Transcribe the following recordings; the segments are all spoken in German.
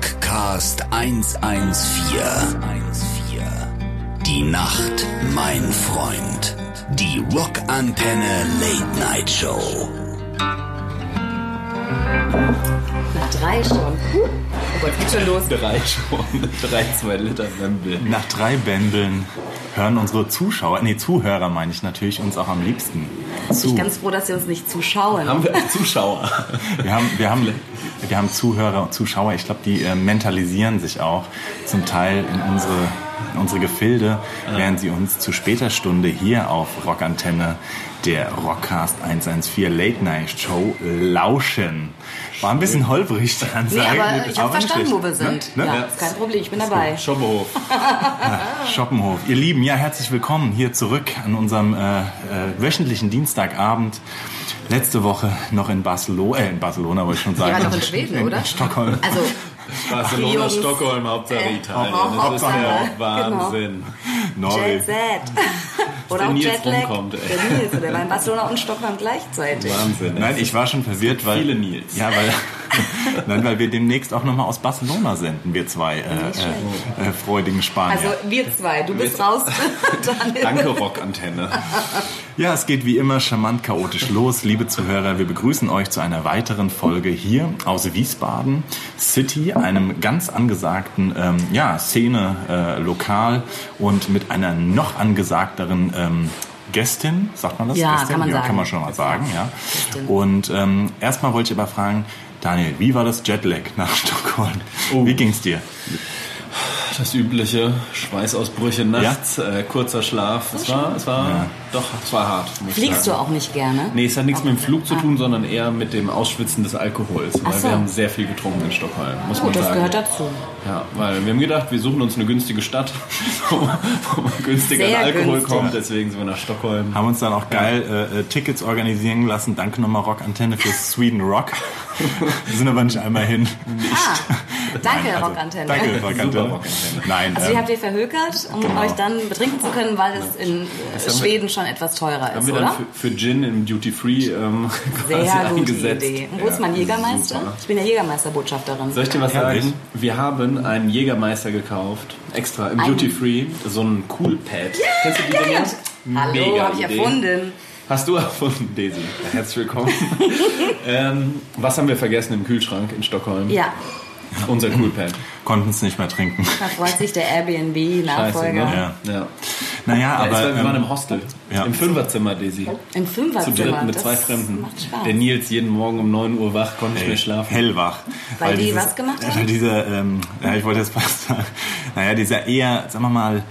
Podcast 114. Die Nacht, mein Freund. Die Rockantenne Late Night Show. Na, drei schon. Oh Gott, geht schon los. Drei schon, drei zwei Liter Bämbel. Nach drei Bändeln hören unsere Zuschauer, nee, Zuhörer meine ich natürlich, uns auch am liebsten Ich zu. bin ganz froh, dass sie uns nicht zuschauen. Haben wir auch Zuschauer? Wir haben, wir haben, wir haben Zuhörer und Zuschauer, ich glaube, die äh, mentalisieren sich auch zum Teil in unsere, in unsere Gefilde, während sie uns zu später Stunde hier auf Rockantenne der Rockcast 114 Late Night Show lauschen. War ein bisschen holprig die Nee, Ansage. aber ich habe nicht verstanden, schlecht. wo wir sind. Ne? Ne? Ja, ist kein Problem, ich bin dabei. Schobbehof. Schoppenhof. Ihr Lieben, ja, herzlich willkommen hier zurück an unserem äh, äh, wöchentlichen Dienstagabend. Letzte Woche noch in Barcelona, äh, in Barcelona wollte ich schon sagen. waren noch in Schweden, oder? In Stockholm. Also, Barcelona, Jungs. Stockholm, Hauptsache Äh, Italien. Hauptsache. Das ist der Genau. Wahnsinn. Norway. Jet Set. Oder der auch Nils Jetlag. rumkommt, ey. Der Nils, der war in Barcelona und Stockholm gleichzeitig. Wahnsinn. Nein, ich war schon verwirrt, weil. viele Nils. Ja, weil. Nein, weil wir demnächst auch nochmal aus Barcelona senden, wir zwei äh, äh, äh, freudigen Spanier. Also wir zwei, du bist Wir- raus, Daniel. Danke, Rockantenne. Ja, es geht wie immer charmant chaotisch los. Liebe Zuhörer, wir begrüßen euch zu einer weiteren Folge hier aus Wiesbaden City, einem ganz angesagten ähm, ja, Szene-Lokal und mit einer noch angesagteren ähm, Gästin, sagt man das? Ja, Gästin? kann man ja, sagen. Kann man schon mal sagen, ja. Gästin. Und ähm, erstmal wollte ich aber fragen, Daniel, wie war das Jetlag nach Stockholm? Wie ging's dir? Das übliche Schweißausbrüche nachts, äh, kurzer Schlaf. Es war, es war, doch, es war hart. muss ich Fliegst du sagen. auch nicht gerne? Nee, es hat nichts mit dem Flug zu tun, sondern eher mit dem Ausschwitzen des Alkohols. Weil Ach so. wir haben sehr viel getrunken in Stockholm, muss man Gut, das sagen. gehört dazu. Ja, weil wir haben gedacht, wir suchen uns eine günstige Stadt, wo man, wo man günstig Sehr an Alkohol günstig. kommt. Deswegen sind wir nach Stockholm. Haben uns dann auch geil äh, äh, Tickets organisieren lassen. Danke nochmal Rockantenne für Sweden Rock. Sind aber nicht einmal hin. Danke, Also, Rockantenne. Danke, Rockantenne. Rockantenne. Nein, Also ihr ähm, habt ihr verhökert, um euch dann betrinken zu können, weil es in äh, Genau. haben wir- Schweden schon etwas teurer Haben ist, wir dann oder? für, für Gin im Duty Free ähm, Sehr quasi gute eingesetzt. Idee. Und wo ist mein Ja, Jägermeister? super. Ich bin ja Jägermeisterbotschafterin. Soll ich dir was Ehrlich? sagen? Wir haben einen Jägermeister gekauft, extra im Einen? Duty Free, so ein Cool Pad. Kennst du die Dinger? Hallo, Mega habe ich Idee. erfunden. Hast du erfunden, Daisy. Herzlich willkommen. ähm, was haben wir vergessen im Kühlschrank in Stockholm? Ja, Unser Cool Pad. konnten es nicht mehr trinken. da freut sich der Airbnb-Nachfolger. ne? Ja. Naja, Ja, aber es war, wir ähm, waren im Hostel. ja. Im Fünferzimmer, Daisy. Im Zu dritt Fünferzimmer. mit das zwei Fremden. Macht Spaß. Der Nils jeden Morgen um 9 Uhr wach, konnte nicht ey, mehr schlafen. äh, hellwach. Weil die was gemacht haben? Weil dieser, ähm, ja, ich wollte jetzt fast sagen, naja, dieser eher, sagen wir mal,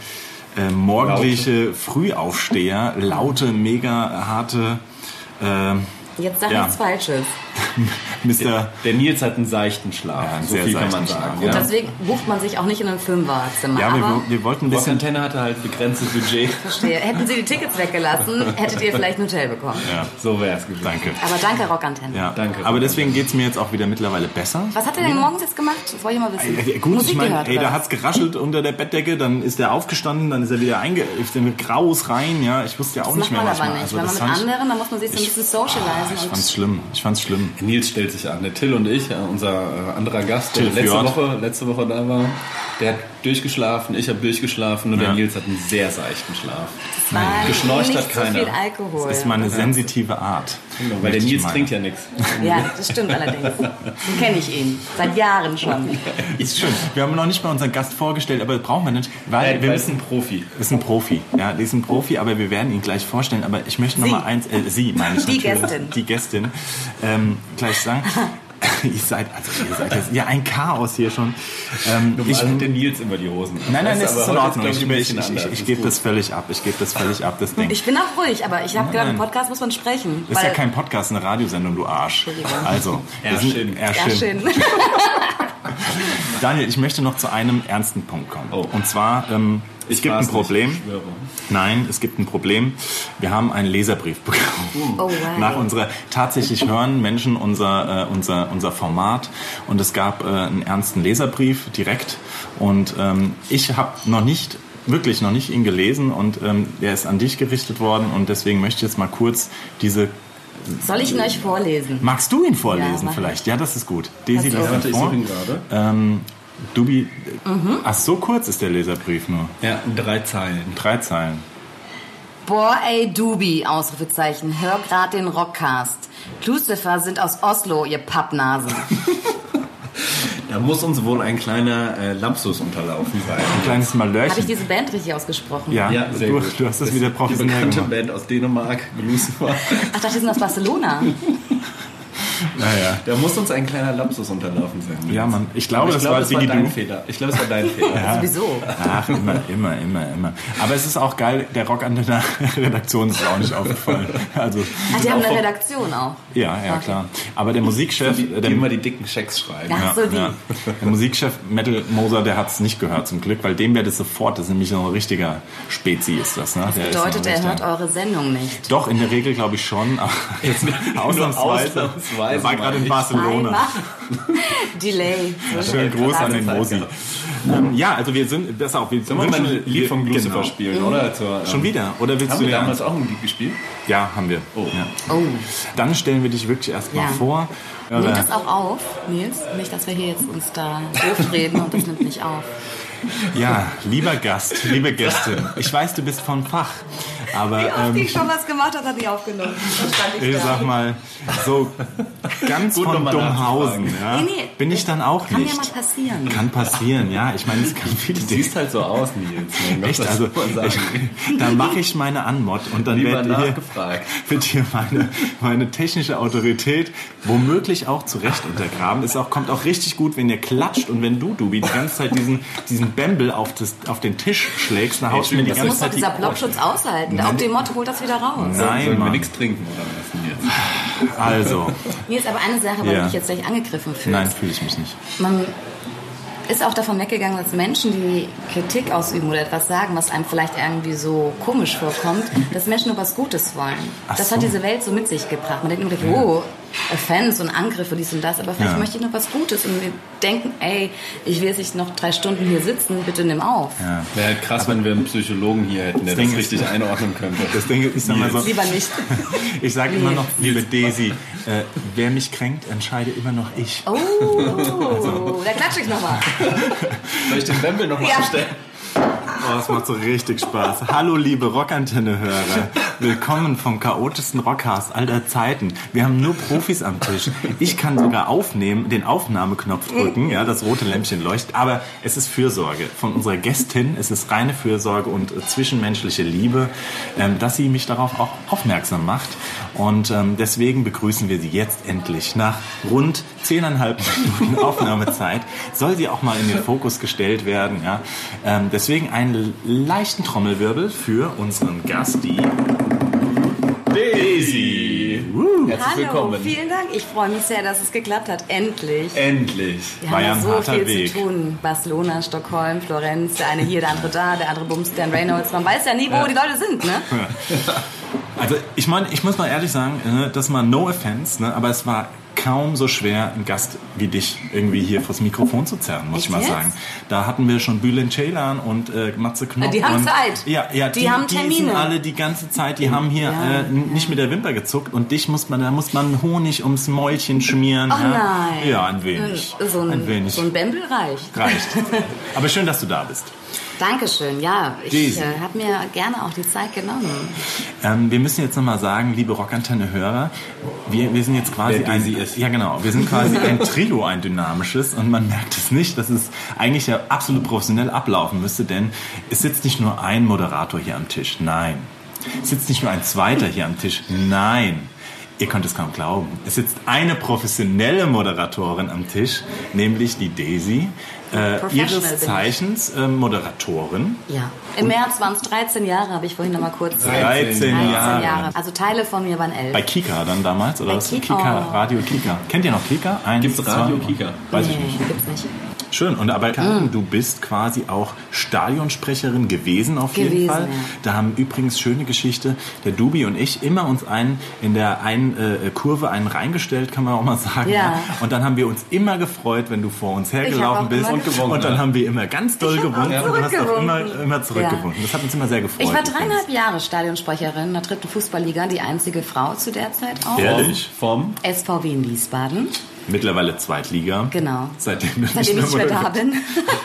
äh, morgendliche Frühaufsteher, laute, mega harte ähm, Jetzt sag Ja. nichts Falsches. Mr. Der Nils hat einen seichten Schlaf. Ja, einen so sehr viel kann man seichten sagen. Schlaf. Ja. Deswegen bucht man sich auch nicht in ein Fünferzimmer. Ja, aber wir, wir wollten ein Rock bisschen Antenne hatte halt begrenztes Budget. verstehe. Hätten Sie die Tickets weggelassen, hättet ihr vielleicht ein Hotel bekommen. So wäre es gewesen. Danke. Aber danke, Rockantenne. Ja, Danke. Aber deswegen geht's mir jetzt auch wieder mittlerweile besser. Was hat er denn morgens jetzt gemacht? Das wollte ich mal wissen. Ja, Äh, gut, Musik ich meine, gehört, ey, oder da was? hat's geraschelt unter der Bettdecke, dann ist er aufgestanden, dann ist er wieder einge, ist er mit Graus rein, ja, ich wusste ja Das auch nicht macht mehr man aber manchmal. nicht. Also, Wenn man das mit fand ich, anderen, dann muss man sich so ein bisschen socialisen. ich und- fand's schlimm, ich fand's schlimm. Nils stellt sich an. Der Till und ich, äh, unser äh, anderer Gast, der Till letzte Fjord. Woche, letzte Woche da war, der hat durchgeschlafen, ich habe durchgeschlafen und Ja. der Nils hat einen sehr seichten Schlaf. Nein, Geschnorcht nicht hat keiner. So viel Alkohol. Das ist meine sensitive Art. Genau, Weil der Möchte ich Nils meinen. trinkt ja nichts. ja, das stimmt allerdings. So kenne ich ihn. Seit Jahren schon. Ist schön. Wir haben noch nicht mal unseren Gast vorgestellt, aber das brauchen wir nicht, weil Er wir ist müssen ein Profi. ist ein Profi, ja, die ist ein Profi, aber wir werden ihn gleich vorstellen. Aber ich möchte noch Sie. mal eins, äh, Sie meine ich Die natürlich, Gästin. die Gästin, ähm, gleich sagen. ihr seid, also ihr seid jetzt, ja ein Chaos hier schon. Ähm, ich, Also der Nils immer die Hosen. an. nein, nein, Weißt das du, ist aber in heute Ordnung. glaub Ich, ein ich, bisschen ich, ich, anders. ich Ist gebe gut. das völlig ab. Ich gebe das völlig ab, das Ding. Ich bin auch ruhig, aber ich habe gedacht, im nein. Podcast muss man sprechen. Das ist ja kein Podcast, eine Radiosendung, du Arsch. Also, wir Ja, sind- schön. ja, ja, schön. schön. Daniel, ich möchte noch zu einem ernsten Punkt kommen. Oh. Und zwar, ähm, es Ich gibt ein war's nicht, Problem. ich schwöre. Nein, es gibt ein Problem. Wir haben einen Leserbrief bekommen. Oh, wow. Nach unserer tatsächlich hören Menschen unser, äh, unser, unser Format und es gab äh, einen ernsten Leserbrief direkt und ähm, ich habe noch nicht wirklich noch nicht ihn gelesen und ähm, der ist an dich gerichtet worden und deswegen möchte ich jetzt mal kurz diese Soll ich ihn euch vorlesen? magst du ihn vorlesen mach ich. vielleicht ja das ist gut Daisy Pass auf. liest ihn Warte, ich vor suche ihn gerade. ähm, Dubi. Mhm. Ach, so kurz ist der Leserbrief nur. Äh, Ja, drei Zeilen. Drei Zeilen. Boah, ey, Dubi, Ausrufezeichen. Hör grad den Rockcast. Lucifer sind aus Oslo, ihr Pappnasen. Da muss uns wohl ein kleiner äh, Lapsus unterlaufen sein. Ein kleines Habe ich Malörchen. diese Band richtig ausgesprochen? Ja, Ja, sehr du, gut. du hast es wieder Die professionell bekannte gemacht. Band aus Dänemark, Lucifer. Ach, dachte, die sind aus Barcelona. Naja. Da muss uns ein kleiner Lapsus unterlaufen sein. Ja, Mann. Ich glaube, Aber das glaub, war Ziggy dein Du. Fehler. Ich glaube, es war dein Fehler. Wieso? Ach, immer, immer, immer, immer. Aber es ist auch geil, der Rock an der Redaktion ist auch nicht aufgefallen. Also, Ach, die haben auch eine vom- Redaktion auch. ja, ja, klar. Aber der Musikchef, Die, die der, immer die dicken Schecks schreiben. Ja. Ach so, die. der Musikchef Metal Moser, der hat es nicht gehört zum Glück, weil dem wäre das sofort, das ist nämlich so ein richtiger Spezi ist das. Ne? Das Bedeutet, er hört eure Sendung nicht. Doch, in der Regel glaube ich schon. aber Jetzt ausnahmsweise. ausnahmsweise Er war gerade in meine ich. Barcelona. Einmal. Delay. Schönen Gruß an den Mosi. Ähm, ja, also wir sind, das auch, wir sind Sollen wir mal schon- ein Lied vom Lucifer genau. spielen, oder? Zur, ähm, Schon wieder? Oder willst Haben du wir dir damals auch ein Lied gespielt? eins- Ja, haben wir. Oh. Ja. Oh. Dann stellen wir dich wirklich erstmal Ja. vor. Äh, Nimmt Oder- das auch auf, Nils? Nicht, dass wir hier jetzt uns da hochreden und das nimmt nicht auf. Ja, lieber Gast, liebe Gäste. Ich weiß, du bist von Fach, aber ähm, schon was gemacht habe, hat die aufgenommen. Dann stand ich sag mal so ganz Gut von nochmal Dummhausen. Ja, Nee, nee, bin ich dann auch Kann ja mal nicht. passieren. Kann passieren, ja. Ich meine, es kann viele Du Dinge. siehst halt so aus, Nils. Mein Gott, Echt? was Also, soll man ich, sagen? dann mache ich meine Anmod und dann Lieber wird hier, nachgefragt. wird hier meine, meine technische Autorität womöglich auch zu Recht untergraben. Es auch, kommt auch richtig gut, wenn ihr klatscht und wenn du, Dubi, die ganze Zeit diesen, diesen Bembel auf, das, auf den Tisch schlägst, dann haust du mir die das ganze Muss doch Zeit die dieser Blockschutz aushalten. Auf dem Motto holt das wieder raus. Nein, Sollen wir Mann. nichts trinken oder was, Nils? Also, Nils, aber eine Sache, weil Ja. du dich jetzt gleich angegriffen fühlst. nein, fühle ich mich nicht. Man ist auch davon weggegangen, dass Menschen, die Kritik ausüben oder etwas sagen, was einem vielleicht irgendwie so komisch vorkommt, dass Menschen nur was Gutes wollen. Ach das so. hat diese Welt so mit sich gebracht. Man denkt nur gleich, oh, Fans und Angriffe, dies und das, aber vielleicht Ja. möchte ich nur was Gutes und wir denken, ey, ich will jetzt nicht noch drei Stunden hier sitzen, bitte nimm auf. Ja. Wäre halt krass, wenn wir einen Psychologen hier hätten, der Das das, Ding ist- richtig einordnen könnte. Das Ding ist, ich sag mal so, Lieber nicht. ich sage immer noch, liebe Daisy, äh, wer mich kränkt, entscheide immer noch ich. Also, Oh, da klatsche ich nochmal. Soll ich den Bembel nochmal Ja. bestellen? Oh, es macht so richtig Spaß. Hallo, liebe Rockantenne-Hörer. Willkommen vom chaotischsten Rockcast aller Zeiten. Wir haben nur Profis am Tisch. Ich kann sogar aufnehmen, den Aufnahmeknopf drücken, ja, das rote Lämpchen leuchtet. Aber es ist Fürsorge von unserer Gästin. Es ist reine Fürsorge und äh, zwischenmenschliche Liebe, ähm, dass sie mich darauf auch aufmerksam macht. Und ähm, deswegen begrüßen wir sie jetzt endlich. Nach rund zehneinhalb Minuten Aufnahmezeit soll sie auch mal in den Fokus gestellt werden. Ja. Ähm, deswegen einen leichten Trommelwirbel für unseren Gast, die Daisy! Herzlich Hallo, willkommen. vielen Dank. Ich freue mich sehr, dass es geklappt hat. Endlich. Endlich. Wir War ja haben ein ja so harter viel Weg. zu tun. Barcelona, Stockholm, Florenz, der eine hier, der andere da, der andere bumst Dan Reynolds. Man weiß ja nie, wo die Leute sind, ne? Also ich meine, ich muss mal ehrlich sagen, äh, das war no offense, ne, aber es war kaum so schwer, einen Gast wie dich irgendwie hier vors Mikrofon zu zerren, muss Echt ich mal jetzt? sagen. Da hatten wir schon Bülent Ceylan und äh, Matze Knopp. Die haben und, Zeit. Ja, ja, Die haben Die sind Termine. alle die ganze Zeit, die haben hier Ja, äh, n- nicht mit der Wimper gezuckt und dich muss man, da muss man Honig ums Mäulchen schmieren. Oh ja. nein. Äh, Ja, ein wenig. So ein, ein wenig. So ein Bembel reicht. Reicht. Aber schön, dass du da bist. Dankeschön, ja. Ich Daisy. äh, habe mir gerne auch die Zeit genommen. Ähm, wir müssen jetzt nochmal sagen, liebe Rockantenne-Hörer, wir, wir sind jetzt quasi Wer ein, Daisy ist. ja genau, wir sind quasi ein Trio, ein dynamisches und man merkt es nicht, dass es eigentlich ja absolut professionell ablaufen müsste, denn es sitzt nicht nur ein Moderator hier am Tisch, nein, es sitzt nicht nur ein zweiter hier am Tisch, nein. Ihr könnt es kaum glauben. Es sitzt eine professionelle Moderatorin am Tisch, nämlich die Daisy, äh, Professional bin ihres ich. Zeichens äh, Moderatorin. Ja. Im März waren es 13 Jahre, habe ich vorhin noch mal kurz. 13 13 Jahre. Jahre. Also Teile von mir waren Bei 11. Kika dann damals? Oder Bei was? Kika. Radio Kika. Kennt ihr noch Kika? Eins, Gibt's Radio zwei- Kika? Weiß ich Nee, nicht. gibt's nicht. Schön. Und aber du bist quasi auch Stadionsprecherin gewesen auf jeden Gewesen, Fall. ja. Da haben übrigens schöne Geschichte der Dubi und ich immer uns einen in der einen äh, Kurve einen reingestellt, kann man auch mal sagen. Ja. Und dann haben wir uns immer gefreut, wenn du vor uns hergelaufen auch bist immer und gewunken. Und dann haben wir immer ganz doll Ich hab auch gewunken und du hast auch immer, zurückgewunken. immer zurückgewunken. Das hat uns immer sehr gefreut. Ich war übrigens. dreieinhalb Jahre Stadionsprecherin in der dritten Fußballliga, die einzige Frau zu der Zeit auch. Ehrlich? Vom SVW in Wiesbaden. Mittlerweile Zweitliga. Genau. Seitdem, du nicht Seitdem ich nicht mehr da moderiert- bin.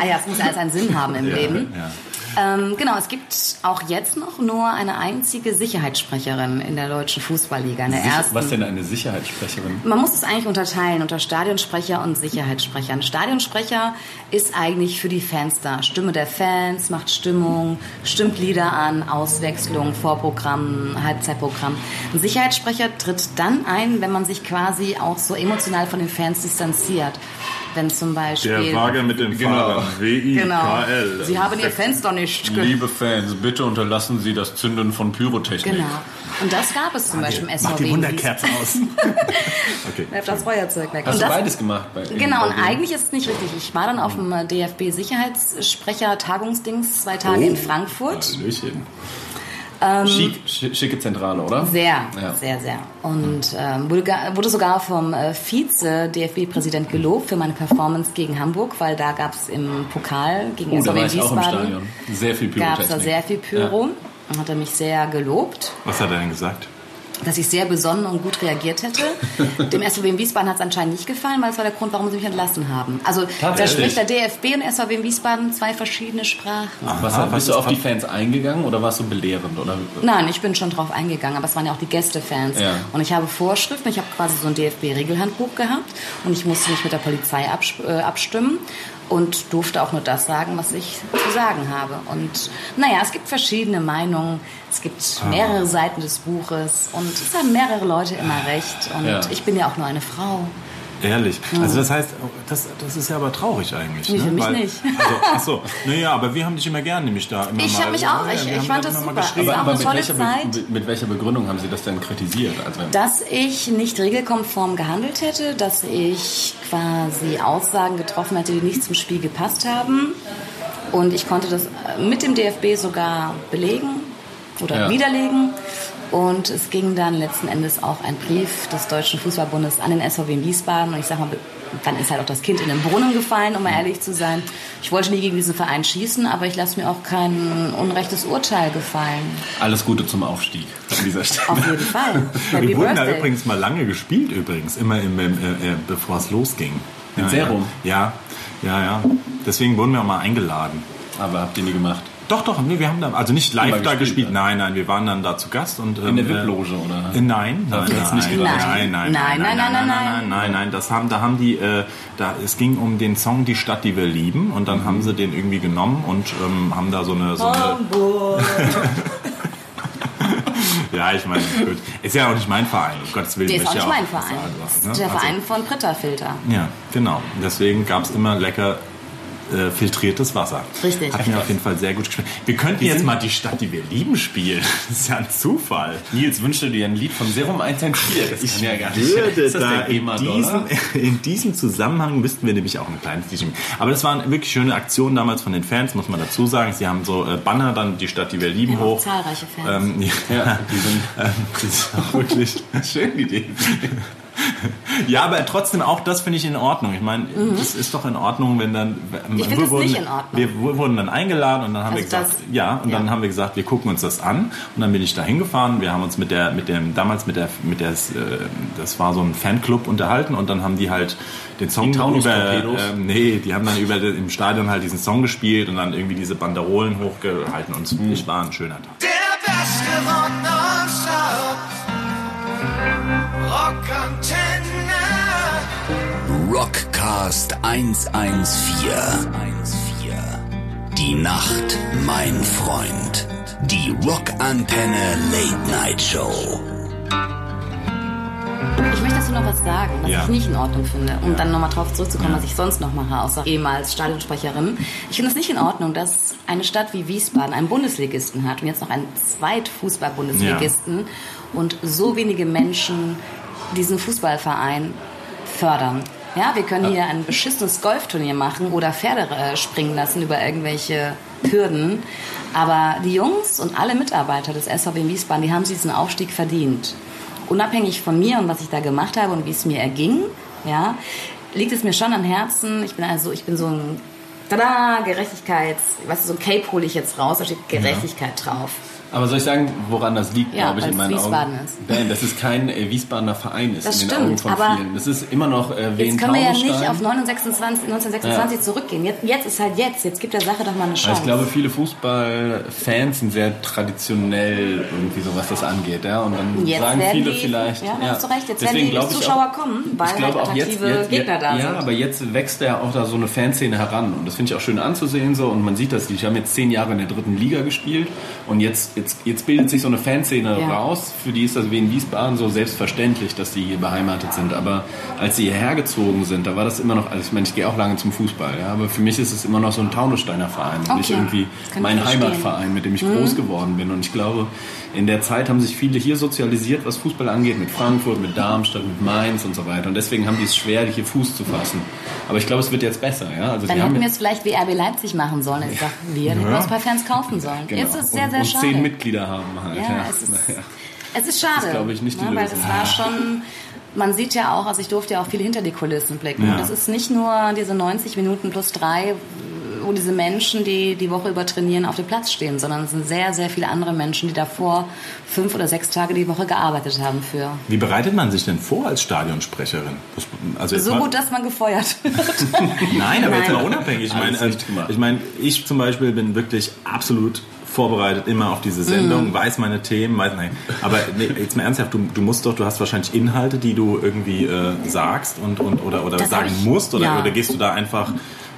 ah ja, es muss alles einen Sinn haben im Ja, Leben. ja. Ähm, genau, es gibt auch jetzt noch nur eine einzige Sicherheitssprecherin in der deutschen Fußballliga, in der ersten. Was denn eine Sicherheitssprecherin? Man muss es eigentlich unterteilen unter Stadionsprecher und Sicherheitssprecher. Ein Stadionsprecher ist eigentlich für die Fans da. Stimme der Fans, macht Stimmung, stimmt Lieder an, Auswechslung, Vorprogramm, Halbzeitprogramm. Ein Sicherheitssprecher tritt dann ein, wenn man sich quasi auch so emotional von den Fans distanziert. Wenn zum Beispiel... Der Wagen mit dem Genau. Fahrer. W-I-K-L. genau. Sie haben ihr Fenster nicht ge- Liebe Fans, bitte unterlassen Sie das Zünden von Pyrotechnik. Genau. Und das gab es zum Beispiel im SVW. Mach die Wunderkerze Also aus. okay. Werft das Feuerzeug weg. Hast Und du das- beides gemacht? Bei, Genau, bei und dem- eigentlich ist es nicht richtig. Ich war dann auf dem äh, DFB-Sicherheitssprecher-Tagungsdings zwei Tage Oh. in Frankfurt. Hallöchen. Schick, schi- schicke Zentrale, oder? Ähm, Sehr, Ja. sehr, sehr. Und ähm, wurde, ga- wurde sogar vom äh, Vize-DFB-Präsident gelobt für meine Performance gegen Hamburg, weil da gab es im Pokal gegen Oh, da SVW war ich auch im Wiesbaden Stadion. Sehr viel gab Pyrotechnik. es da sehr viel Pyro. Und hat er mich sehr gelobt, Was hat er denn gesagt? dass ich sehr besonnen und gut reagiert hätte. Dem SVW in Wiesbaden hat es anscheinend nicht gefallen, weil das war der Grund, warum sie mich entlassen haben. Also da Tatsächlich? spricht der DFB und SVW in Wiesbaden zwei verschiedene Sprachen. Was, Aha, was bist du auf hat- die Fans eingegangen oder warst du belehrend? Oder? Nein, ich bin schon drauf eingegangen, aber es waren ja auch die Gästefans. Ja. Und ich habe Vorschriften, ich habe quasi so ein DFB-Regelhandbuch gehabt und ich musste mich mit der Polizei abs- äh, abstimmen und durfte auch nur das sagen, was ich zu sagen habe. Und naja, es gibt verschiedene Meinungen, es Ah. gibt mehrere Seiten des Buches und es haben mehrere Leute immer recht und Ja. ich bin ja auch nur eine Frau. Ehrlich. Also das heißt, das, das ist ja aber traurig eigentlich. Nee, ne? für mich Weil- nicht. Also, achso, naja, aber wir haben dich immer gern, nämlich da. Immer Ich mal, hab mich auch, Ja, ich- wir ich haben fand da das immer mal super. geschrieben. war auch eine mit tolle welcher, Zeit. Be mit welcher Begründung haben sie das denn kritisiert? Also, Dass ich nicht regelkonform gehandelt hätte, dass ich quasi Aussagen getroffen hätte, die nicht zum Spiel gepasst haben. Und ich konnte das äh, mit dem DFB sogar belegen oder Ja. widerlegen. Und es ging dann letzten Endes auch ein Brief des Deutschen Fußballbundes an den SVW in Wiesbaden. Und ich sag mal, dann ist halt auch das Kind in den Brunnen gefallen, um mal ehrlich zu sein. Ich wollte nie gegen diesen Verein schießen, aber ich lasse mir auch kein unrechtes Urteil gefallen. alles Gute zum Aufstieg an dieser Stelle. Auf jeden Fall. Wir Also, Happy wurden da Birthday. übrigens mal lange gespielt, übrigens, immer im, im, äh, äh, bevor es losging. Mit ja, Serum? Ja, ja, ja. Deswegen wurden wir auch mal eingeladen. Aber habt ihr nie gemacht. Doch, doch, nee, wir haben da, also nicht live Immer da gespielt, gespielt, ja. nein, nein, wir waren dann da zu Gast und. In ähm, der äh, VIP-Loge, oder? Äh, Nein, nein, Dafür hat's nein, nicht gereicht. nein, nein, nein, nein, nein, nein, nein, nein, nein, nein, das haben, da haben die, äh, da, es ging um den Song Die Stadt, die wir lieben und dann Mhm. haben sie den irgendwie genommen und ähm, haben da so eine, so eine ja, ich meine, gut, ist ja auch nicht mein Verein, um Gottes Willen. Oh. Der ist auch möchte nicht mein ja was Verein. sagen, was, Das ne? ist der Also- Verein von Britta-Filter. Ja, genau. Deswegen gab es immer lecker äh, filtriertes Wasser. Richtig. Hat mir auf jeden Fall sehr gut geschmeckt. Wir könnten jetzt mal die Stadt, die wir lieben, spielen. Das ist ja ein Zufall. Nils wünschte dir ein Lied von Serum 114. Das kann ja gar nicht. Würde Ist das da der in, GEMA diesem, Dollar? in diesem Zusammenhang müssten wir nämlich auch ein kleines Lied spielen. Aber das waren wirklich schöne Aktionen damals von den Fans, muss man dazu sagen. Sie haben so äh, Banner, dann die Stadt, die wir lieben, Ja, hoch. zahlreiche Fans. Ähm, ja, Ja, die sind ähm, das ist auch wirklich schön die Idee. Ja, aber trotzdem auch das finde ich in Ordnung. Ich meine, das ist doch in Ordnung, wenn dann Mhm. Ich finde wir das wurden, nicht in Ordnung. wir wu- wurden dann eingeladen und dann haben wir Also gesagt, das- ja, und dann ja. haben wir gesagt, wir gucken uns das an und dann bin ich da hingefahren. Wir haben uns mit der mit dem damals mit der mit der äh, das war so ein Fanclub unterhalten und dann haben die halt den Song Die über Taunus-Torpedos? ähm, nee, die haben dann über den- im Stadion halt diesen Song gespielt und dann irgendwie diese Banderolen hochgehalten und es war ein schöner Tag. Der beste Rock nonstop. Rockantenne. Rockcast 114. Die Nacht, mein Freund. Die Rockantenne Late Night Show. Ich möchte dazu noch was sagen, was Ja. ich nicht in Ordnung finde, um dann nochmal drauf zurückzukommen, Ja. was ich sonst noch mache, außer ehemals Stadionsprecherin. Ich finde es nicht in Ordnung, dass eine Stadt wie Wiesbaden einen Bundesligisten hat und jetzt noch einen Zweitfußball-Bundesligisten und so wenige Menschen diesen Fußballverein fördern. Ja, wir können hier ein beschissenes Golfturnier machen oder Pferde äh, springen lassen über irgendwelche Hürden. Aber die Jungs und alle Mitarbeiter des SVW in Wiesbaden, die haben sich diesen Aufstieg verdient unabhängig von mir und was ich da gemacht habe und wie es mir erging, ja, liegt es mir schon am Herzen. Ich bin also, ich bin so ein Tada, Gerechtigkeits, weißt du, so ein Cape hole ich jetzt raus, da steht Gerechtigkeit drauf. Aber soll ich sagen, woran das liegt, Ja, glaube ich, weil es in meinen Wiesbaden Augen? ist. Nein, dass es kein äh, Wiesbadener Verein ist Das in den stimmt, Augen von aber vielen. Das ist immer noch äh, Jetzt können wir ja nicht Wien-Taunusstein. auf 1926, 1926 zurückgehen. Jetzt, jetzt ist halt jetzt. Jetzt gibt der Sache doch mal eine Ja, Chance. Also Ich glaube, viele Fußballfans sind sehr traditionell irgendwie so, was das angeht. Ja? Und dann jetzt sagen werden viele die, vielleicht. Ja, da hast du recht. Jetzt Deswegen werden glaub die ich Zuschauer auch- kommen, weil ich halt glaube auch jetzt, attraktive jetzt, Gegner da ja, sind. Ja, aber jetzt wächst ja auch da so eine Fanszene heran und das finde ich auch schön anzusehen so und man sieht das, die haben jetzt zehn Jahre in der dritten Liga gespielt und jetzt, jetzt, jetzt bildet sich so eine Fanszene Ja. raus, für die ist das wie in Wiesbaden so selbstverständlich, dass die hier beheimatet sind, aber als sie hierher gezogen sind, da war das immer noch, also ich meine, ich gehe auch lange zum Fußball, ja, aber für mich ist es immer noch so ein Taunussteiner Verein und nicht Okay. irgendwie Kann ich mein verstehen. Heimatverein. Verein, mit dem Mhm. ich groß geworden bin. Und ich glaube, in der Zeit haben sich viele hier sozialisiert, was Fußball angeht, mit Frankfurt, mit Darmstadt, mit Mainz und so weiter. Und deswegen haben die es schwer, hier Fuß zu fassen. Aber ich glaube, es wird jetzt besser. Ja? Also Dann die haben hätten wir es vielleicht wie RB Leipzig machen sollen. Ich sag, wir hätten Fußballfans kaufen sollen. genau. Jetzt ist es sehr, und, sehr und schade. zehn Mitglieder haben halt. ja, Ja, es ist, Naja. es ist schade. glaube ich, nicht die ne, Weil Lösung. es war schon, man sieht ja auch, also ich durfte ja auch viel hinter die Kulissen blicken. Und es ist nicht nur diese 90 Minuten plus drei, wo diese Menschen, die die Woche über trainieren, auf dem Platz stehen, sondern es sind sehr, sehr viele andere Menschen, die davor fünf oder sechs Tage die Woche gearbeitet haben für. Wie bereitet man sich denn vor als Stadionsprecherin? Das, also jetzt So mal- gut, dass man gefeuert wird. Nein, aber jetzt Nein. mal unabhängig. Ich meine, Alles also, nicht gemacht. ich meine, ich zum Beispiel bin wirklich absolut vorbereitet immer auf diese Sendung, Mhm. weiß meine Themen, weiß nein. Aber nee, jetzt mal ernsthaft, du, du musst doch, du hast wahrscheinlich Inhalte, die du irgendwie äh, sagst und, und oder oder Das sagen hab ich- musst oder, ja. oder gehst du da einfach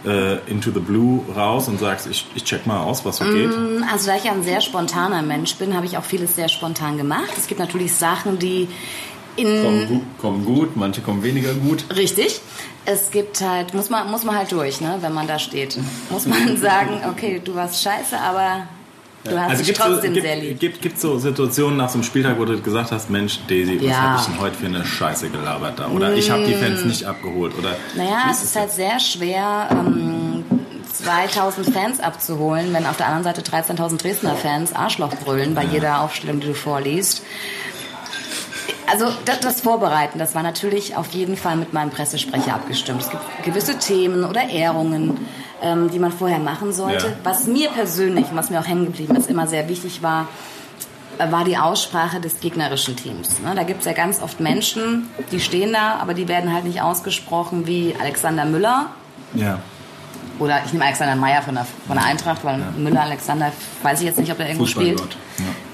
äh, into the blue raus und sagst, ich, ich check mal aus, was so geht. Also da ich ja ein sehr spontaner Mensch bin, habe ich auch vieles sehr spontan gemacht. Es gibt natürlich Sachen, die in Kommen, gut, kommen gut, manche kommen weniger gut. Richtig. Es gibt halt, muss man, muss man halt durch, ne, wenn man da steht. Muss man sagen, okay, du warst scheiße, aber du hast mich Also gibt's so- Also trotzdem gibt, sehr lieb. Gibt, gibt so Situationen nach so einem Spieltag, wo du gesagt hast, Mensch, Daisy, was Ja. Mm. habe ich denn heute für eine Scheiße gelabert da? Oder ich habe die Fans nicht abgeholt. Oder Naja, Wie es ist halt sehr schwer, ähm, 2000 Fans abzuholen, wenn auf der anderen Seite 13.000 Dresdner Fans Arschloch brüllen bei jeder Aufstellung, die du vorliest. Also das, das Vorbereiten, das war natürlich auf jeden Fall mit meinem Pressesprecher abgestimmt. Es gibt gewisse Themen oder Ehrungen, ähm, die man vorher machen sollte. Ja. Was mir persönlich, und was mir auch hängen geblieben ist, immer sehr wichtig war, äh, war die Aussprache des gegnerischen Teams. Ne? Da gibt es ja ganz oft Menschen, die stehen da, aber die werden halt nicht ausgesprochen wie Alexander Müller Ja. oder ich nehme Alexander Meyer von der, von der Eintracht, weil Müller Alexander, weiß ich jetzt nicht, ob er irgendwo spielt. Fußballgott,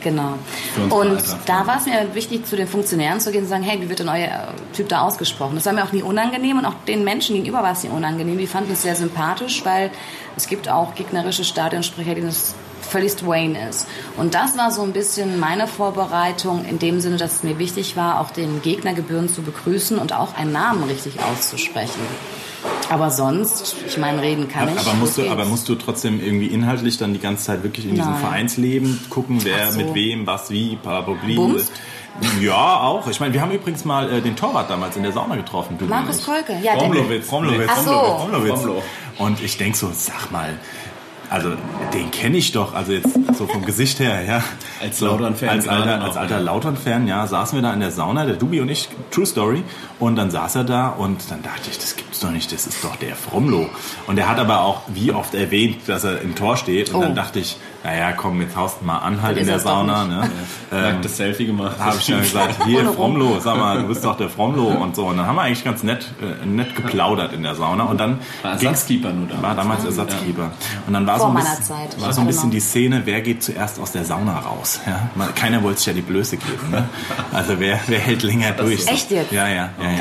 Genau. Für unsere Und Eintracht. da war es mir wichtig, zu den Funktionären zu gehen und zu sagen, hey, wie wird denn euer äh, Typ da ausgesprochen? Das war mir auch nie unangenehm und auch den Menschen gegenüber war es nie unangenehm. Die fanden es sehr sympathisch, weil es gibt auch gegnerische Stadionsprecher, denen es völlig Wayne ist. Und das war so ein bisschen meine Vorbereitung in dem Sinne, dass es mir wichtig war, auch den Gegner gebührend zu begrüßen und auch einen Namen richtig auszusprechen. Aber sonst, ich meine, reden kann ich. Aber musst, Los du, aber geht's. musst du trotzdem irgendwie inhaltlich dann die ganze Zeit wirklich in diesem Nein. Vereinsleben gucken, wer Ach so. mit wem, was, wie, parabobli. Bums? Ja, auch. Ich meine, wir haben übrigens mal äh, den Torwart damals in der Sauna getroffen. Du und Markus ich. Kolke. Ja, der- Romlowitz. Romlowitz. Ach so. Romlowitz. Romlo. Romlowitz. Und ich denk so, sag mal, also den kenne ich doch, also jetzt so vom Gesicht her, ja. Als So, Lautern-Fan Als gerade alter, noch, als ja. alter Lautern-Fan, ja, saßen wir da in der Sauna, der Dubi und ich, True Story. Und dann saß er da und dann dachte ich, das gibt's doch nicht, das ist doch der Fromlo. Und er hat aber auch wie oft erwähnt, dass er im Tor steht. Und Oh. dann dachte ich, naja, komm, jetzt haust du mal an halt in ist der das doch Sauna, ne? Ähm, Nackt das Selfie gemacht. habe ich dann gesagt, hier Ohne Rum. Fromlo, sag mal, du bist doch der Fromlo und so. Und dann haben wir eigentlich ganz nett, äh, nett geplaudert in der Sauna. Und dann War ging's- Ersatzkeeper nur damals. War damals Ersatzkeeper. Und dann war Vor so ein meiner bisschen, Zeit. war so ein bisschen Genau. die Szene, wer geht zuerst aus der Sauna raus. Ja? Man, keiner wollte sich ja die Blöße geben. Ne? Also wer, wer hält länger durch. Echt jetzt? Ja, ja. ja, ja. Geil.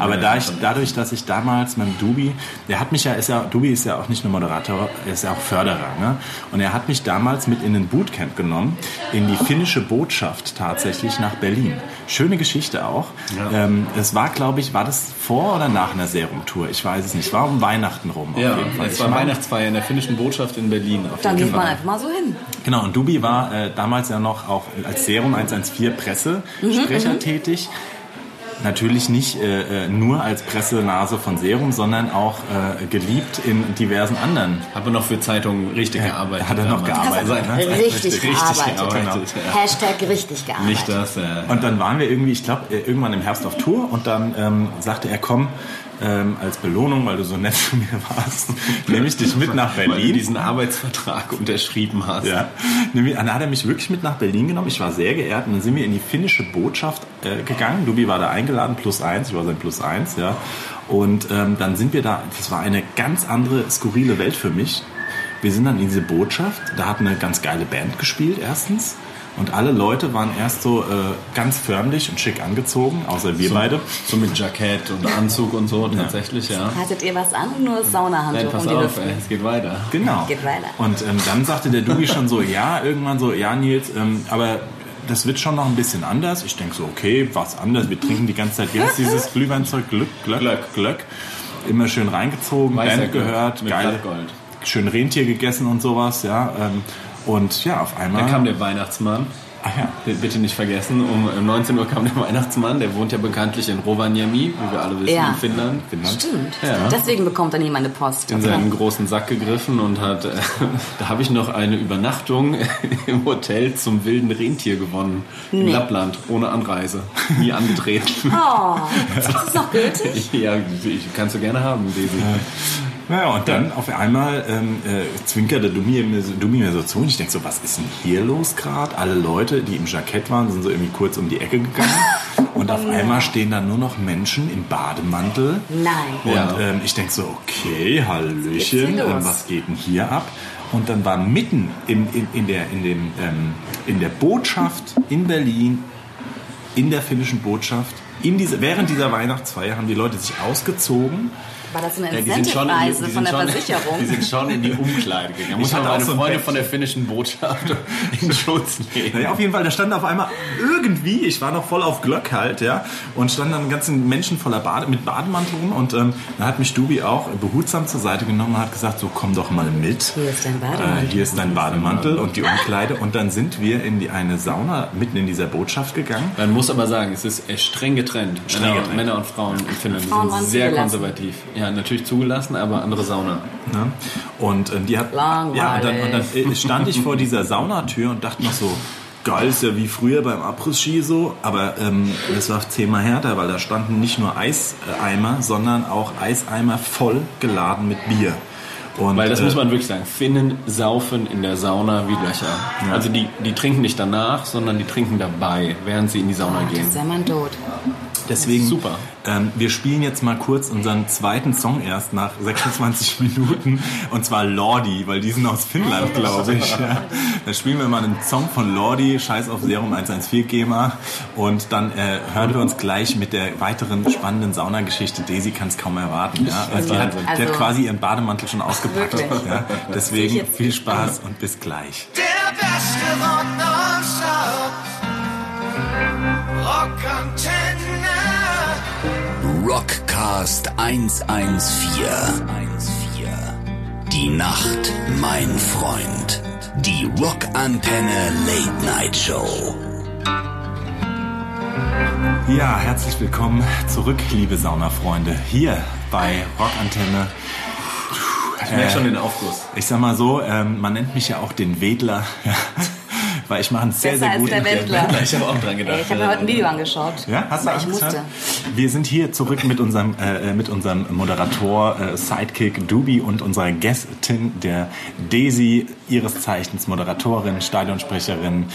Aber da ich, dadurch, dass ich damals mit dem Dubi, der hat mich ja, ist ja, Dubi ist ja auch nicht nur Moderator, er ist ja auch Förderer. Ne? Und er hat mich damals mit in den Bootcamp genommen, in die finnische Botschaft tatsächlich nach Berlin. Schöne Geschichte auch. Ähm, es war, glaube ich, war das vor oder nach einer Serumtour? Ich weiß es nicht. War um Weihnachten rum. auf Ja, jeden Fall. es Ich war meine- Weihnachtsfeier in der finnischen Botschaft in Berlin. Auf Dann jeden geht man Fall. einfach mal so hin. Genau, und Dubi war äh, damals ja noch auch als Serum 114 Pressesprecher tätig. Natürlich nicht äh, äh, nur als Pressenase von Serum, sondern auch äh, geliebt in diversen anderen. Hat er noch für Zeitungen richtig gearbeitet. hat er noch damals. gearbeitet, Genau. ne? Richtig richtig gearbeitet. gearbeitet. Ja. Hashtag richtig gearbeitet. Nicht das, äh, Und dann waren wir irgendwie, ich glaube, irgendwann im Herbst auf Tour und dann ähm, sagte er, komm, ähm, als Belohnung, weil du so nett zu mir warst, nehme ich dich mit nach weil du Berlin. diesen Arbeitsvertrag unterschrieben hast. Ja, Nämlich, Dann hat er mich wirklich mit nach Berlin genommen. Ich war sehr geehrt. Und dann sind wir in die finnische Botschaft äh, gegangen. Dubi war da eingeladen, plus eins. Ich war sein plus eins, ja. Und ähm, dann sind wir da. Das war eine ganz andere, skurrile Welt für mich. Wir sind dann in diese Botschaft. Da hat eine ganz geile Band gespielt, erstens. Und alle Leute waren erst so äh, ganz förmlich und schick angezogen, außer wir beide. So mit Jackett und Anzug und so, tatsächlich, ja. Hattet ihr was an? Nur Nein, Saunahandtuch pass um die auf, Hüften. ey, es geht weiter. Genau. Geht weiter. Und ähm, dann sagte der Dubi schon so, ja, irgendwann so, ja, Nils, ähm, aber das wird schon noch ein bisschen anders. Ich denke so, okay, was anders? Wir trinken die ganze Zeit, wie heißt dieses Glühweinzeug? Glück, Glöck, Glöck. Immer schön reingezogen, Weißer Band Glöck gehört, mit geil, Blattgold. schön Rentier gegessen und sowas, ja. Ähm, und ja, auf einmal... Dann kam der Weihnachtsmann. ah, ja. Den Bitte nicht vergessen, um, um 19 Uhr kam der Weihnachtsmann, der wohnt ja bekanntlich in Rovaniemi, wie wir alle wissen, Ja. in Finnland. Stimmt. Ja. Deswegen bekommt dann jemand eine Post. in seinen großen Sack gegriffen und hat, äh, da habe ich noch eine Übernachtung im Hotel zum wilden Rentier gewonnen. In Nee. Lappland, ohne Anreise, nie angetreten. Oh, ist das noch gültig? ja, ich- kannst du gerne haben, Baby. Naja, und dann auf einmal ähm, äh, zwinkerte Dummi mir, so- Dummi mir so zu und ich denke so, was ist denn hier los gerade? Alle Leute, die im Jackett waren, sind so irgendwie kurz um die Ecke gegangen und auf einmal stehen da nur noch Menschen im Bademantel. Nein. Und Ja. ähm, ich denke so, okay, Hallöchen, hier los? ähm, was geht denn hier ab? Und dann war mitten in, in, in, der, in, dem, ähm, in der Botschaft in Berlin, in der finnischen Botschaft, in diese, während dieser Weihnachtsfeier haben die Leute sich ausgezogen. War das eine Ja, die sind schon in die- Incentive-Reise die von sind der schon- Die Versicherung? sind schon in die Umkleide gegangen. Muss Ich hatte man meine auch so ein Freunde Bett. von der finnischen Botschaft in Schutz nehmen. Naja, auf jeden Fall, da standen auf einmal irgendwie, ich war noch voll auf Glöck halt, ja, und standen dann ganzen Menschen voller Bade, mit Bademantel rum und ähm, dann hat mich Dubi auch behutsam zur Seite genommen und hat gesagt, so komm doch mal mit. Hier ist dein Ah, Äh, Bademantel. hier ist dein Bademantel und die Umkleide und dann sind wir in die eine Sauna mitten in dieser Botschaft gegangen. Man muss aber sagen, es ist äh, streng getrennt. Männer, getrennt. Männer und Frauen in Finnland die Frauen sind waren sehr zugelassen. konservativ. Ja, natürlich zugelassen, aber andere Sauna. Ne? Und ähm, die hat Langweilig. ja und dann, und dann äh, stand ich vor dieser Saunatür und dachte noch so geil ist ja wie früher beim Abriss-Ski so, aber ähm, das war zehnmal härter, weil da standen nicht nur Eiseimer, sondern auch Eiseimer voll geladen mit Bier. Und, Weil das äh, muss man wirklich sagen, Finnen saufen in der Sauna wie Löcher. Also die, die trinken nicht danach, sondern die trinken dabei, während sie in die Sauna Oh, Das gehen. ist ja mein Tod. Deswegen, Super. Ähm, wir spielen jetzt mal kurz unseren zweiten Song erst nach 26 Minuten. Und zwar Lordi, weil die sind aus Finnland, glaube ich. Ja. Dann spielen wir mal einen Song von Lordi, Scheiß auf Serum 114 GEMA. Und dann äh, hören wir uns gleich mit der weiteren spannenden Saunageschichte. Daisy kann es kaum erwarten. Ja. Also die, hat, die hat Also- quasi ihren Bademantel schon ausgepackt. Wirklich? Ja. Sehe Deswegen ich jetzt viel Spaß und bis gleich. Der beste Rock nonstop. Rockantenne. Rockcast 114. Die Nacht, mein Freund. Die Rockantenne Late Night Show. Ja, herzlich willkommen zurück, liebe Saunafreunde, hier bei Rockantenne. Ich merke schon den Aufguss. Ich sag mal so, ähm, man nennt mich ja auch den Wedler, ja, weil ich mache einen sehr, Besser sehr als guten der Wendler. Ich habe auch dran Ey, gedacht. ich habe mir heute ein Video angeschaut. Ja, hast du Weil ich Angst, musste. ja? Wir sind hier zurück mit unserem, äh, mit unserem Moderator, äh, Sidekick Dubi und unserer Gästin, der Daisy, ihres Zeichens Moderatorin, Stadionsprecherin,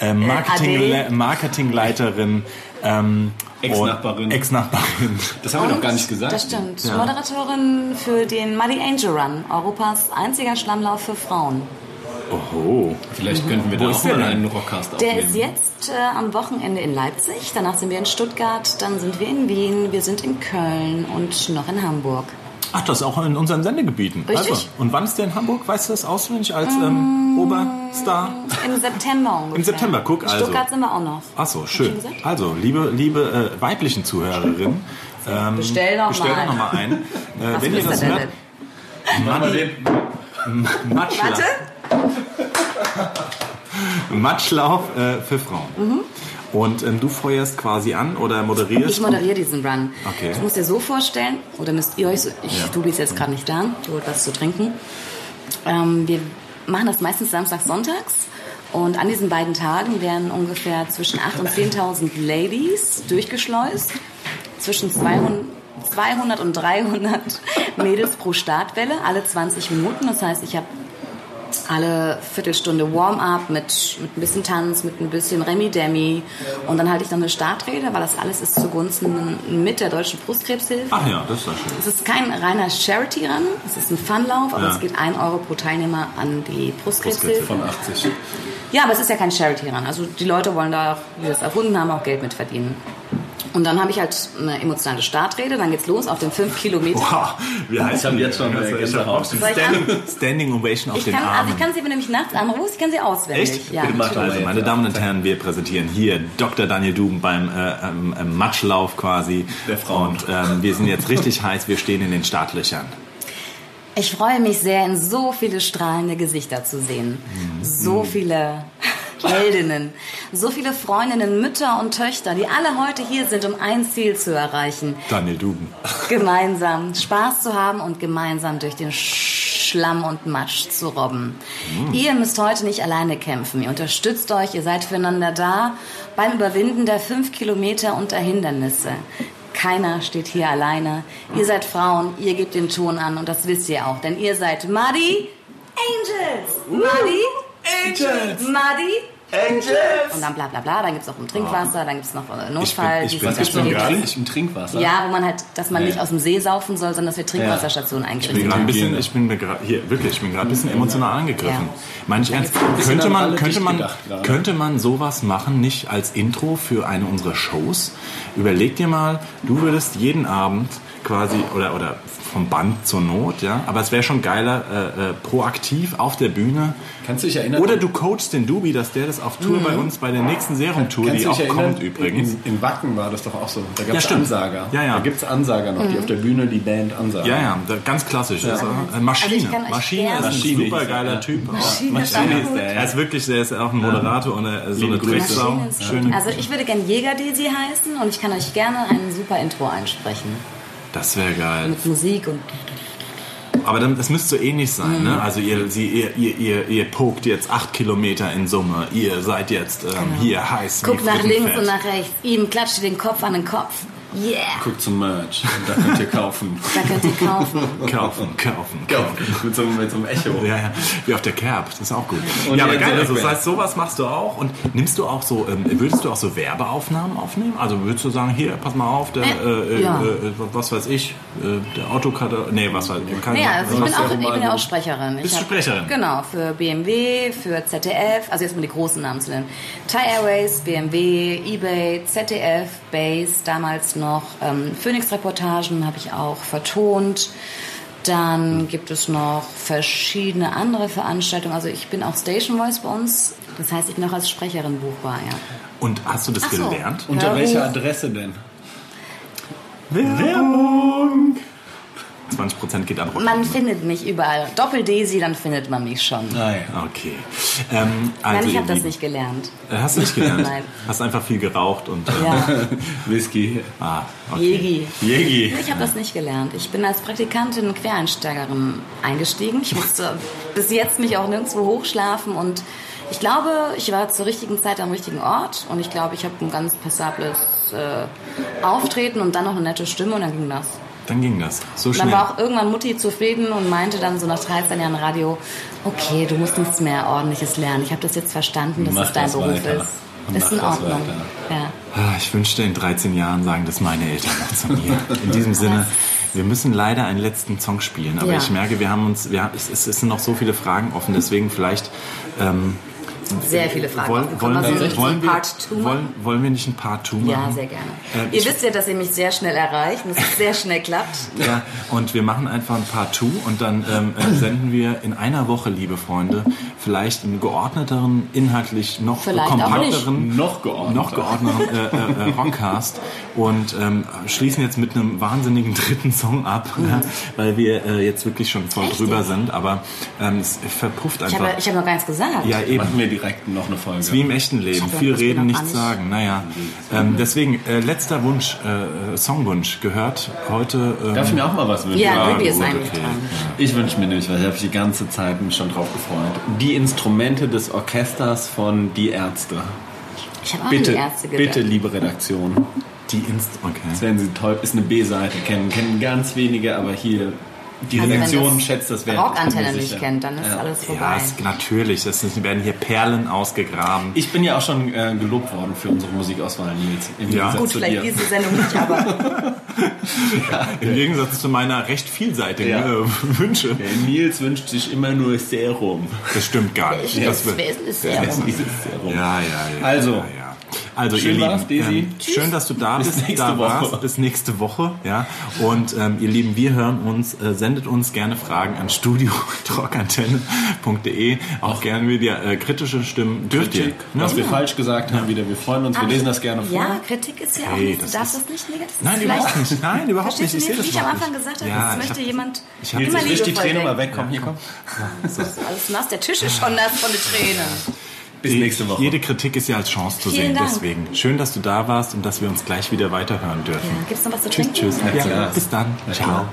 äh, Marketing Adele. Marketingleiterin, ähm, Ex-Nachbarin. und- Ex-Nachbarin. Das haben wir doch gar nicht gesagt. Das stimmt. Moderatorin für den Muddy Angel Run, Europas einziger Schlammlauf für Frauen. Oho. Vielleicht könnten wir Wo da ist auch der mal denn? einen Rockcast Der aufnehmen. ist jetzt äh, am Wochenende in Leipzig, danach sind wir in Stuttgart, dann sind wir in Wien, wir sind in Köln und noch in Hamburg. Ach, das ist auch in unseren Sendegebieten. Also, Richtig. und wann ist der in Hamburg? Weißt du das auswendig als ähm, Oberstar? Im September ungefähr. Im September, guck In also. Stuttgart sind wir auch noch. Ach so, schön. schon gesagt? Also, liebe, liebe äh, weiblichen Zuhörerinnen, ähm, Bestell doch bestell mal. doch nochmal ein. Äh, Was wenn ihr ist das denn? hört, denn? Matschla Warte, Matschlauf äh, für Frauen. Und ähm, du feuerst quasi an oder moderierst. Mhm. ich moderiere diesen Run. Okay. Das musst ihr so vorstellen, oder müsst ihr euch so, ich, du bist jetzt gerade nicht da, du holt was zu trinken. Ähm, wir machen das meistens samstags, sonntags. Und an diesen beiden Tagen werden ungefähr zwischen 8.000 und 10.000 Ladies durchgeschleust. Zwischen 200, 200 und 300 Mädels pro Startwelle, alle 20 Minuten. Das heißt, ich habe alle Viertelstunde Warm-up mit, mit ein bisschen Tanz, mit ein bisschen Remi-Demi. Und dann halte ich noch eine Startrede, weil das alles ist zugunsten mit der Deutschen Brustkrebshilfe. Ach ja, das ist doch schön. Es ist kein reiner Charity-Run, es ist ein Funlauf, aber Ja. es geht 1 Euro pro Teilnehmer an die Brustkrebshilfe. Von 80. Ja, aber es ist ja kein Charity-Run. Also die Leute wollen da, die das erfunden haben, auch Geld mit verdienen. Und dann habe ich halt eine emotionale Startrede, dann geht's los auf den 5 Kilometer. Boah, wir Ich hab jetzt schon, äh, Gänsehaut. Soll ich an- Standing, Standing Ovation auf Ich den kann, also Armen. ich kann sie, wenn du mich nachts anrufst, ich kann sie auswendig. Echt? Ja, Bitte mach natürlich. Also, meine Damen und Herren, wir präsentieren hier Dr. Daniel Duben beim äh, ähm, ähm, Matschlauf quasi. Der Frauen. Und ähm, wir sind jetzt richtig heiß, wir stehen in den Startlöchern. Ich freue mich sehr, in so viele strahlende Gesichter zu sehen. So viele Heldinnen, so viele Freundinnen, Mütter und Töchter, die alle heute hier sind, um ein Ziel zu erreichen. Daniel Duben. Gemeinsam Spaß zu haben und gemeinsam durch den Schlamm und Matsch zu robben. Mm. Ihr müsst heute nicht alleine kämpfen. Ihr unterstützt euch, ihr seid füreinander da beim Überwinden der fünf Kilometer unter Hindernisse. Keiner steht hier alleine. Ihr seid Frauen, ihr gebt den Ton an und das wisst ihr auch, denn ihr seid Muddy Angels. Muddy Angels. Muddy Angels. Und dann bla bla bla, dann gibt's noch um Trinkwasser, dann gibt's noch äh, Notfall. ich die bin- Was sind gibt's denn aktiviert. gerade? Im Trinkwasser? Ja, wo man halt, dass man Ja, nicht ja. aus dem See saufen soll, sondern dass wir Trinkwasserstationen Ich bin eingerichtet gerade ein haben. bisschen, ich bin mir gerade, hier, wirklich, ich bin gerade ein bisschen emotional angegriffen. Ja. Meine ich ernst, bisschen könnte an man, alle könnte dicht man, gedacht gerade. könnte man sowas machen, nicht als Intro für eine unserer Shows? Überleg dir mal, du würdest jeden Abend quasi, oder, oder vom Band zur Not, ja, aber es wäre schon geiler, äh, äh, proaktiv auf der Bühne. Kannst du dich erinnern? Mhm. Oder du coachst den Dubi, dass der das auf Tour bei uns, bei der nächsten Serum-Tour, Kannst die du dich auch erinnern? kommt übrigens. In, in Wacken war das doch auch so. Da gab Ja, es stimmt. Ansager. Ja, ja. Da gibt es Ansager noch, Mhm. die auf der Bühne die Band ansagen. Ja, ja, da- ganz klassisch. Das ist auch- äh, Maschine. Also ich kann euch Maschine ist gerne- ein Maschine, super geiler ja. Typ. auch. ist auch gut. Er ist wirklich, der ist auch ein Moderator und er, so Liebe eine Grüße. Drecksau. Maschinen- Schöne. Also ich würde gern Jäger-Daisy heißen und ich kann euch gerne ein super Intro einsprechen. Das wäre geil. Mit Musik und... Aber dann, das müsste so ähnlich sein, Mhm. ne? Also ihr, sie, ihr, ihr, ihr, ihr pokt jetzt acht Kilometer in Summe. Ihr seid jetzt ähm, hier heiß. wie Genau. Guckt nach links Frittenfett. und nach rechts. Ihm klatscht ihr den Kopf an den Kopf. Yeah! Guckt zum Merch. Und da könnt ihr kaufen. Da könnt ihr kaufen. Kaufen, kaufen, Ja, kaufen. mit, so, einem- mit so einem Echo. Ja, ja, wie auf der Kerb, das ist auch gut. Und ja, aber die geil, also das Rückwärts. heißt, sowas machst du auch und nimmst du auch so, ähm, würdest du auch so Werbeaufnahmen aufnehmen? Also würdest du sagen, hier, pass mal auf, der, äh, äh, Ja. äh, was weiß ich, äh, der Autokader, nee, was weiß ich, kann Naja, also ich bin machst ja auch, ich mal bin ja auch gut. Sprecherin. Ich Bist du hab- Sprecherin? Genau, für BMW, für ZDF, also jetzt mal die großen Namen zu nennen. Thai Airways, BMW, Ebay, ZDF, Base, damals noch ähm, Phoenix-Reportagen habe ich auch vertont. Hm. Dann gibt es noch verschiedene andere Veranstaltungen. Also ich bin auch Station Voice bei uns. Das heißt, ich bin auch als Sprecherin buchbar, ja. Und hast du das Ach so. gelernt? Unter Hörruf. welcher Adresse denn? Werbung! 20% geht an Rock. Man findet mich überall. Doppel-Desi, dann findet man mich schon. Nein. Okay. Ähm, also, Nein, ich ihr habe das Lieben, nicht gelernt. äh, Hast du nicht gelernt? Nein. Hast einfach viel geraucht und. Äh, Ja, Whisky. Ah, okay. Jegi. Jägi. Ich habe das nicht gelernt. Ich bin als Praktikantin und Quereinsteigerin eingestiegen. Ich musste bis jetzt mich auch nirgendwo hochschlafen und ich glaube, ich war zur richtigen Zeit am richtigen Ort und ich glaube, ich habe ein ganz passables äh, Auftreten und dann noch eine nette Stimme und dann ging das. Dann ging das. So Und dann schnell. war auch irgendwann Mutti zufrieden und meinte dann so nach 13 Jahren Radio, okay, du musst nichts mehr ordentliches lernen. Ich habe das jetzt verstanden, dass Mach es dein das Beruf weiter. Und ist. Ist mach in das Ordnung. weiter. Ja. Ah, Ich wünschte, in 13 Jahren sagen das meine Eltern noch zu mir. In diesem Sinne, wir müssen leider einen letzten Song spielen, aber Ja. ich merke, wir haben uns, wir, haben- es, es es sind noch so viele Fragen offen, deswegen vielleicht. Ähm, Sehr viele Fragen. Wollen, offen. wollen, Können wir so wir, ein- wollen, wir, Part two machen? wollen, wollen wir nicht ein Part 2 machen? Ja, sehr gerne. Äh, ihr ich- wisst ja, dass ihr mich sehr schnell erreicht und dass es sehr schnell klappt. Ja, und wir machen einfach ein Part 2 und dann ähm, äh, senden wir in einer Woche, liebe Freunde, vielleicht einen geordneteren, inhaltlich noch Vielleicht auch kompakteren, Noch geordneter. noch geordneteren äh, äh, äh, Rockcast und ähm, schließen jetzt mit einem wahnsinnigen dritten Song ab, ja, weil wir äh, jetzt wirklich schon voll Mhm. Echt drüber jetzt? sind, aber ähm, es verpufft Ich einfach. habe, ich habe noch gar nichts gesagt. ja, eben. Machen wir direkt noch eine Folge. Wie im echten Leben. Ich hab Viel gedacht, ich reden, bin noch nichts gar nicht- sagen. Naja. Ähm, deswegen, äh, letzter Wunsch, äh, Songwunsch gehört heute. Ähm, Darf ich mir auch mal was wünschen? Ja, Ja, Ruby ist gut, eigentlich okay. dran. Ich wünsche mir nämlich, weil ich habe mich die ganze Zeit mich schon drauf gefreut. Die Instrumente des Orchesters von Die Ärzte. Ich habe auch Bitte, an die Ärzte gedacht. bitte, liebe Redaktion. Die Inst. Okay. Das werden Sie toll. Ist eine B-Seite. Kennen, kennen ganz wenige, aber hier Die Also wenn Redaktion das schätzt das Wert. ich bin Rockantenne mir nicht sicher. kennt, dann ist Ja. alles Ja, vorbei. es, natürlich. Es sind- werden hier Perlen ausgegraben. Ich bin ja auch schon äh, gelobt worden für unsere Musikauswahl, Nils. Im Ja. Gegensatz Gut, zu vielleicht dir. diese Sendung nicht, aber Im Gegensatz zu meiner recht vielseitigen Ja. äh, Wünsche. Der Nils wünscht sich immer nur Serum. Das stimmt gar nicht. Das wird- wer ist denn das? Ja, aber- Dieses Serum. Ja, ja, ja. Also. ja, ja. Also, Schön ihr Lieben, war's, Desi. Ähm, schön, dass du da bist. nächste da Woche. warst. Bis nächste Woche. Ja. Und ähm, ihr Lieben, wir hören uns. Äh, sendet uns gerne Fragen an studio.rockantenne.de. Auch gerne wieder äh, kritische Stimmen. Dürft ihr. ne? Kritik, was wir falsch gesagt haben, wieder. Wir freuen uns, wir lesen das gerne vor. Ja, Kritik ist ja auch Hey, nicht, du das darfst das nicht negativ Nein, vielleicht- überhaupt nicht. Nein, überhaupt nicht. Verstehst du Ich sehe nicht, das wie ich am überhaupt nicht. Anfang gesagt habe, Ja, das ich möchte hab- jemand ich hab- Nils, immer jetzt wisch liebevoll die Träne denken. mal weg. Komm, hier, komm. Alles nass, der Tisch ist schon nass von den Tränen. Bis nächste Woche. Jede Kritik ist ja als Chance zu Vielen sehen. Dank. Deswegen schön, dass du da warst und dass wir uns gleich wieder weiterhören dürfen. Gibt's noch was zu Tschüss, trinken? tschüss. Ja, klar. bis dann. Na Ciao. klar.